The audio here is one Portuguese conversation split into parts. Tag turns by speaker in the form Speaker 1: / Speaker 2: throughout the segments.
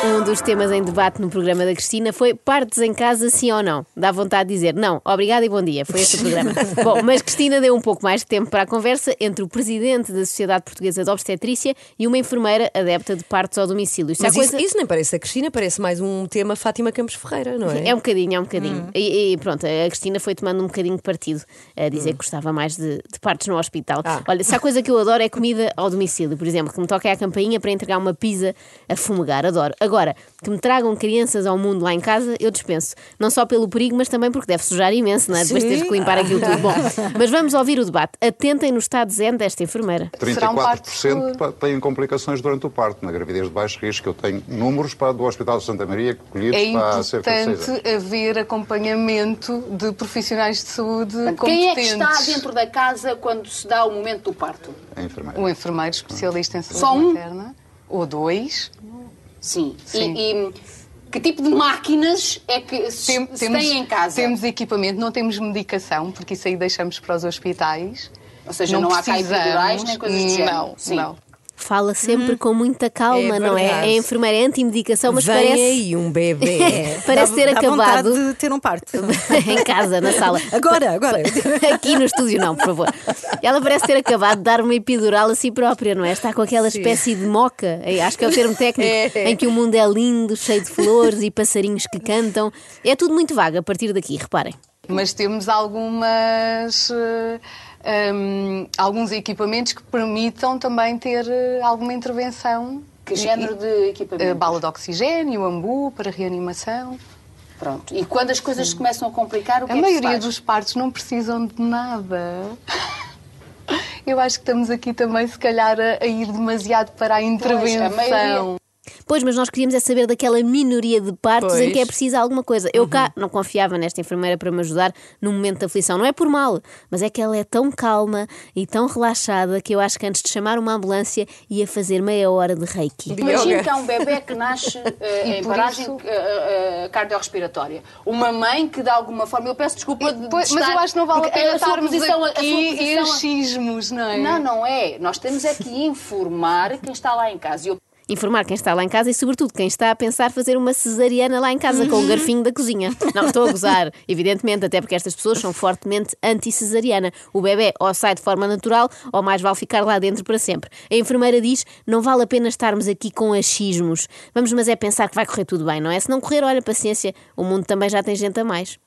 Speaker 1: um dos temas em debate no programa da Cristina foi partes em casa, sim ou não? Dá vontade de dizer não, obrigada e bom dia. Foi este o programa. bom, mas Cristina deu um pouco mais de tempo para a conversa entre o presidente da Sociedade Portuguesa de Obstetrícia e uma enfermeira adepta de partos ao domicílio. Isto é
Speaker 2: Mas isso,
Speaker 1: coisa-
Speaker 2: isso nem parece a Cristina, parece mais um tema Fátima Campos Ferreira, não é? Hum.
Speaker 1: É um bocadinho, é um bocadinho. E, e pronto, a Cristina foi tomando um bocadinho de partido a dizer que gostava mais de, de partes no hospital.
Speaker 2: Hum. Ah.
Speaker 1: Olha, se há coisa que eu adoro é comida ao domicílio, por exemplo, que me toquem à campainha para entregar uma pizza a fumegar, adoro. Agora, que me tragam crianças ao mundo lá em casa, eu dispenso. Não só pelo perigo, mas também porque deve sujar imenso, não é? Depois
Speaker 2: Sim.
Speaker 1: teres que limpar aquilo tudo. Bom, mas vamos ouvir o debate. Atentem no estado zen desta enfermeira.
Speaker 3: Será um parto
Speaker 4: 34% pa- têm complicações durante o parto, na gravidez de baixo risco. Eu tenho números para, do Hospital de Santa Maria colhidos
Speaker 3: É
Speaker 4: para há cerca de seis anos.
Speaker 3: importante haver acompanhamento de profissionais de saúde
Speaker 5: Quem é
Speaker 3: competentes.
Speaker 5: que está dentro da casa quando se dá o momento do parto?
Speaker 4: A É enfermeira.
Speaker 3: Um enfermeiro especialista em saúde
Speaker 5: Só um?
Speaker 3: materna. Ou dois.
Speaker 5: Sim. E-
Speaker 3: Sim.
Speaker 5: E, que tipo de máquinas é que se,
Speaker 3: Tem-
Speaker 5: se tem em casa?
Speaker 3: Temos equipamento, não temos medicação, porque isso aí deixamos para os hospitais.
Speaker 5: Ou seja, não há cá
Speaker 3: precisamos.
Speaker 5: epidurais, nem coisas do género.
Speaker 3: Não,
Speaker 5: Sim.
Speaker 3: não.
Speaker 1: Fala sempre com muita calma,
Speaker 2: Hum. É
Speaker 1: não é?
Speaker 2: verdade.
Speaker 1: É enfermeira, é anti-medicação, mas
Speaker 2: Vem
Speaker 1: parece.
Speaker 2: aí um bebê.
Speaker 1: Parece ter
Speaker 6: dá
Speaker 1: acabado.
Speaker 6: vontade de ter um parto.
Speaker 1: em casa, na sala.
Speaker 2: Agora, agora.
Speaker 1: Aqui no estúdio, não, por favor. Ela parece ter acabado de dar uma epidural a si própria, não é? Está com aquela espécie de moca, eh, acho que é o termo técnico, em que o mundo é lindo, cheio de flores e passarinhos que cantam. É tudo muito vago a partir daqui, reparem.
Speaker 3: Mas temos algumas. eh, hum, alguns equipamentos que permitam também ter eh, alguma intervenção.
Speaker 5: Que género de equipamento?
Speaker 3: Eh, bala de oxigênio, ambu para reanimação.
Speaker 5: Pronto. E quando as coisas se começam a complicar, o que
Speaker 3: A
Speaker 5: é que se
Speaker 3: maioria
Speaker 5: faz?
Speaker 3: dos partos não precisam de nada. Eu acho que estamos aqui também, se calhar, a, a ir demasiado para a intervenção.
Speaker 5: a maioria-
Speaker 1: Pois, mas nós queríamos é saber daquela minoria de partos em
Speaker 2: Pois.
Speaker 1: que é preciso alguma coisa. Eu cá não confiava nesta enfermeira para me ajudar no momento da aflição. Não é por mal, mas é que ela é tão calma e tão relaxada que eu acho que antes de chamar uma ambulância ia fazer meia hora de reiki.
Speaker 5: Imagina
Speaker 2: Yoga.
Speaker 5: que há um bebê que nasce eh,
Speaker 3: E
Speaker 5: em
Speaker 3: por
Speaker 5: paragem
Speaker 3: isso-
Speaker 5: eh, eh, cardiorrespiratória. Uma mãe que, de alguma forma, eu peço desculpa de, de
Speaker 3: Pois, mas
Speaker 5: estar-
Speaker 3: eu acho que não vale a
Speaker 5: porque
Speaker 3: pena
Speaker 5: a sua
Speaker 3: estarmos
Speaker 5: posição, a- a sua
Speaker 3: aqui em
Speaker 5: posição-
Speaker 3: achismos, não é?
Speaker 5: Não, não é. Nós temos é que informar quem está lá em casa. E eu
Speaker 1: informar quem está lá em casa e, sobretudo, quem está a pensar fazer uma cesariana lá em casa com o garfinho da cozinha. Não, estou a gozar, evidentemente, até porque estas pessoas são fortemente anti-cesariana. O bebê ou sai de forma natural ou mais vale ficar lá dentro para sempre. A enfermeira diz: não vale a pena estarmos aqui com achismos. Vamos, mas é pensar que vai correr tudo bem, não é? Se não correr, olha, paciência, o mundo também já tem gente a mais.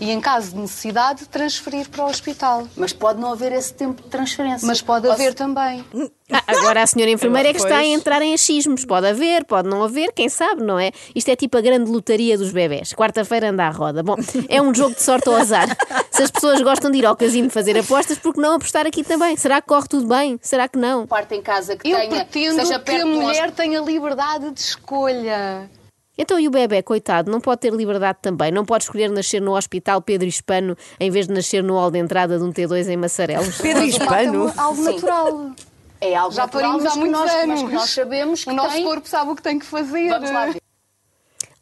Speaker 3: E em caso de necessidade, transferir para o hospital.
Speaker 5: Mas pode não haver esse tempo de transferência.
Speaker 3: Mas pode
Speaker 5: Ou
Speaker 3: haver
Speaker 5: se-
Speaker 3: também.
Speaker 1: Ah, agora a senhora enfermeira é que está a
Speaker 2: Pois.
Speaker 1: entrar em achismos. Pode haver, pode não haver, quem sabe, não é? Isto é tipo a grande lotaria dos bebés. Quarta-feira anda à roda. Bom, é um jogo de sorte ou azar. Se as pessoas gostam de ir ao casino fazer apostas, por que não apostar aqui também? Será que corre tudo bem? Será que não?
Speaker 5: parte em casa que
Speaker 3: Eu
Speaker 5: tenha,
Speaker 3: pretendo
Speaker 5: seja
Speaker 3: que
Speaker 5: perto
Speaker 3: a
Speaker 5: de um
Speaker 3: mulher tenha liberdade de escolha.
Speaker 1: Então, e o bebê, coitado, não pode ter liberdade também? Não pode escolher nascer no Hospital Pedro Hispano em vez de nascer no hall de entrada de um T2 em Massarelos?
Speaker 2: Pedro
Speaker 3: Mas o parto é
Speaker 2: Hispano.
Speaker 3: um- algo
Speaker 5: Sim.
Speaker 3: natural.
Speaker 5: É algo
Speaker 3: Já
Speaker 5: natural,
Speaker 3: parimos
Speaker 5: mas
Speaker 3: há
Speaker 5: que
Speaker 3: muitos
Speaker 5: nós,
Speaker 3: anos.
Speaker 5: Mas que nós sabemos que
Speaker 3: O nosso
Speaker 5: tem...
Speaker 3: corpo é sabe o que tem que fazer.
Speaker 5: Vamos lá ver.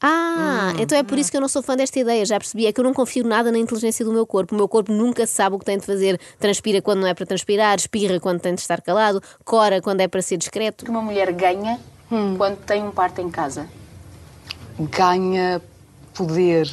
Speaker 1: Ah,
Speaker 2: Hum,
Speaker 1: então é por isso que eu não sou fã desta ideia, já percebi. É que eu não confio nada na inteligência do meu corpo. O meu corpo nunca sabe o que tem de fazer. Transpira quando não é para transpirar, espirra quando tem de estar calado, cora quando é para ser discreto.
Speaker 5: que uma mulher ganha
Speaker 3: Hum.
Speaker 5: quando tem um parto em casa.
Speaker 3: ganha poder.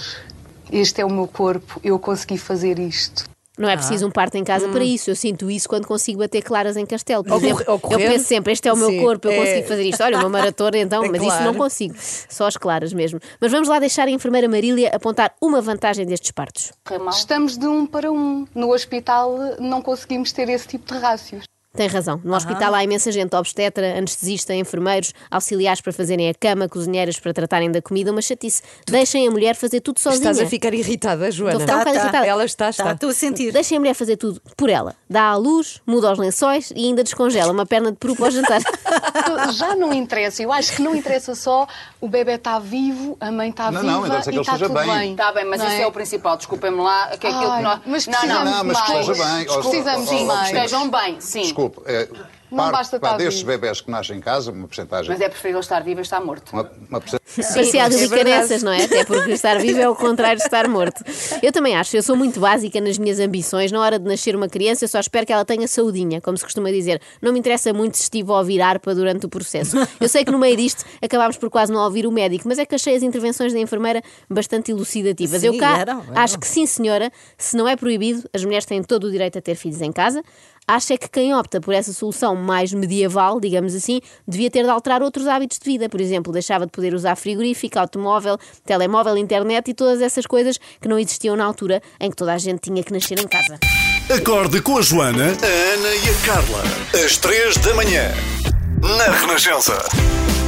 Speaker 3: Este é o meu corpo, eu consegui fazer isto.
Speaker 1: Não
Speaker 2: Ah.
Speaker 1: é preciso um parto em casa
Speaker 2: Hum.
Speaker 1: para isso. Eu sinto isso quando consigo bater claras em castelo. Por
Speaker 2: Ou corre-
Speaker 1: exemplo,
Speaker 2: ou
Speaker 1: eu
Speaker 2: correr.
Speaker 1: penso sempre, este é o meu
Speaker 2: Sim,
Speaker 1: corpo, eu
Speaker 2: é.
Speaker 1: consigo fazer isto. Olha, uma maratona então,
Speaker 2: É
Speaker 1: mas isso
Speaker 2: claro.
Speaker 1: não consigo. Só as claras mesmo. Mas vamos lá deixar a enfermeira Marília apontar uma vantagem destes partos.
Speaker 5: Correu mal.
Speaker 3: Estamos de um para um. No hospital não conseguimos ter esse tipo de rácios.
Speaker 1: Tem razão. No hospital há imensa gente obstetra, anestesista, enfermeiros, auxiliares para fazerem a cama, cozinheiras para tratarem da comida, uma chatice. Deixem a mulher fazer tudo sozinha.
Speaker 2: Estás a ficar irritada, Joana.
Speaker 1: Estou a ficar um bocado irritada.
Speaker 2: Ela está, está.
Speaker 6: Tá, Estou a sentir.
Speaker 1: Deixem a mulher fazer tudo por ela. Dá à luz, muda os lençóis e ainda descongela uma perna de peru para o jantar.
Speaker 3: Já não interessa. Eu acho que não interessa só o bebê está vivo, a mãe está
Speaker 4: Não,
Speaker 3: viva
Speaker 4: não, interessa que
Speaker 3: e
Speaker 4: ele
Speaker 3: está
Speaker 4: esteja
Speaker 3: tudo
Speaker 4: bem.
Speaker 3: bem.
Speaker 5: Está bem, mas
Speaker 3: Não
Speaker 5: isso é? o principal. Desculpem-me lá, que é aquilo
Speaker 3: Ai,
Speaker 5: que nós...
Speaker 3: mas
Speaker 5: não, não,
Speaker 3: precisamos
Speaker 4: Não, mas que
Speaker 3: mais.
Speaker 4: esteja bem.
Speaker 3: Precisamos
Speaker 4: Ó, ó, ó,
Speaker 3: mais.
Speaker 4: Cristina,
Speaker 5: Estejam bem, sim.
Speaker 4: Desculpe, é,
Speaker 3: Não
Speaker 4: parte
Speaker 3: basta
Speaker 4: pá,
Speaker 3: estar
Speaker 4: destes
Speaker 3: vivo.
Speaker 4: bebés que nascem em casa, uma percentagem.
Speaker 5: Mas é preferível estar vivo a estar morto.
Speaker 4: Uma, uma percentagem
Speaker 1: Parecia a
Speaker 2: é
Speaker 1: rubrica
Speaker 2: verdade.
Speaker 1: dessas, não é? Até porque estar vivo é o contrário de estar morto. Eu também acho, eu sou muito básica nas minhas ambições. Na hora de nascer uma criança, eu só espero que ela tenha saudinha, como se costuma dizer. Não me interessa muito se estive a ouvir harpa durante o processo. Eu sei que no meio disto acabámos por quase não ouvir o médico, mas é que achei as intervenções da enfermeira bastante elucidativas.
Speaker 2: Sim,
Speaker 1: eu cá
Speaker 2: eram, eram.
Speaker 1: acho que sim, senhora, se não é proibido, as mulheres têm todo o direito a ter filhos em casa. Acho é que quem opta por essa solução mais medieval, digamos assim, devia ter de alterar outros hábitos de vida. Por exemplo, deixava de poder usar frigorífico, automóvel, telemóvel, internet e todas essas coisas que não existiam na altura em que toda a gente tinha que nascer em casa.
Speaker 6: Acorde com a Joana,
Speaker 7: A Ana e a Carla, às três da manhã, na Renascença.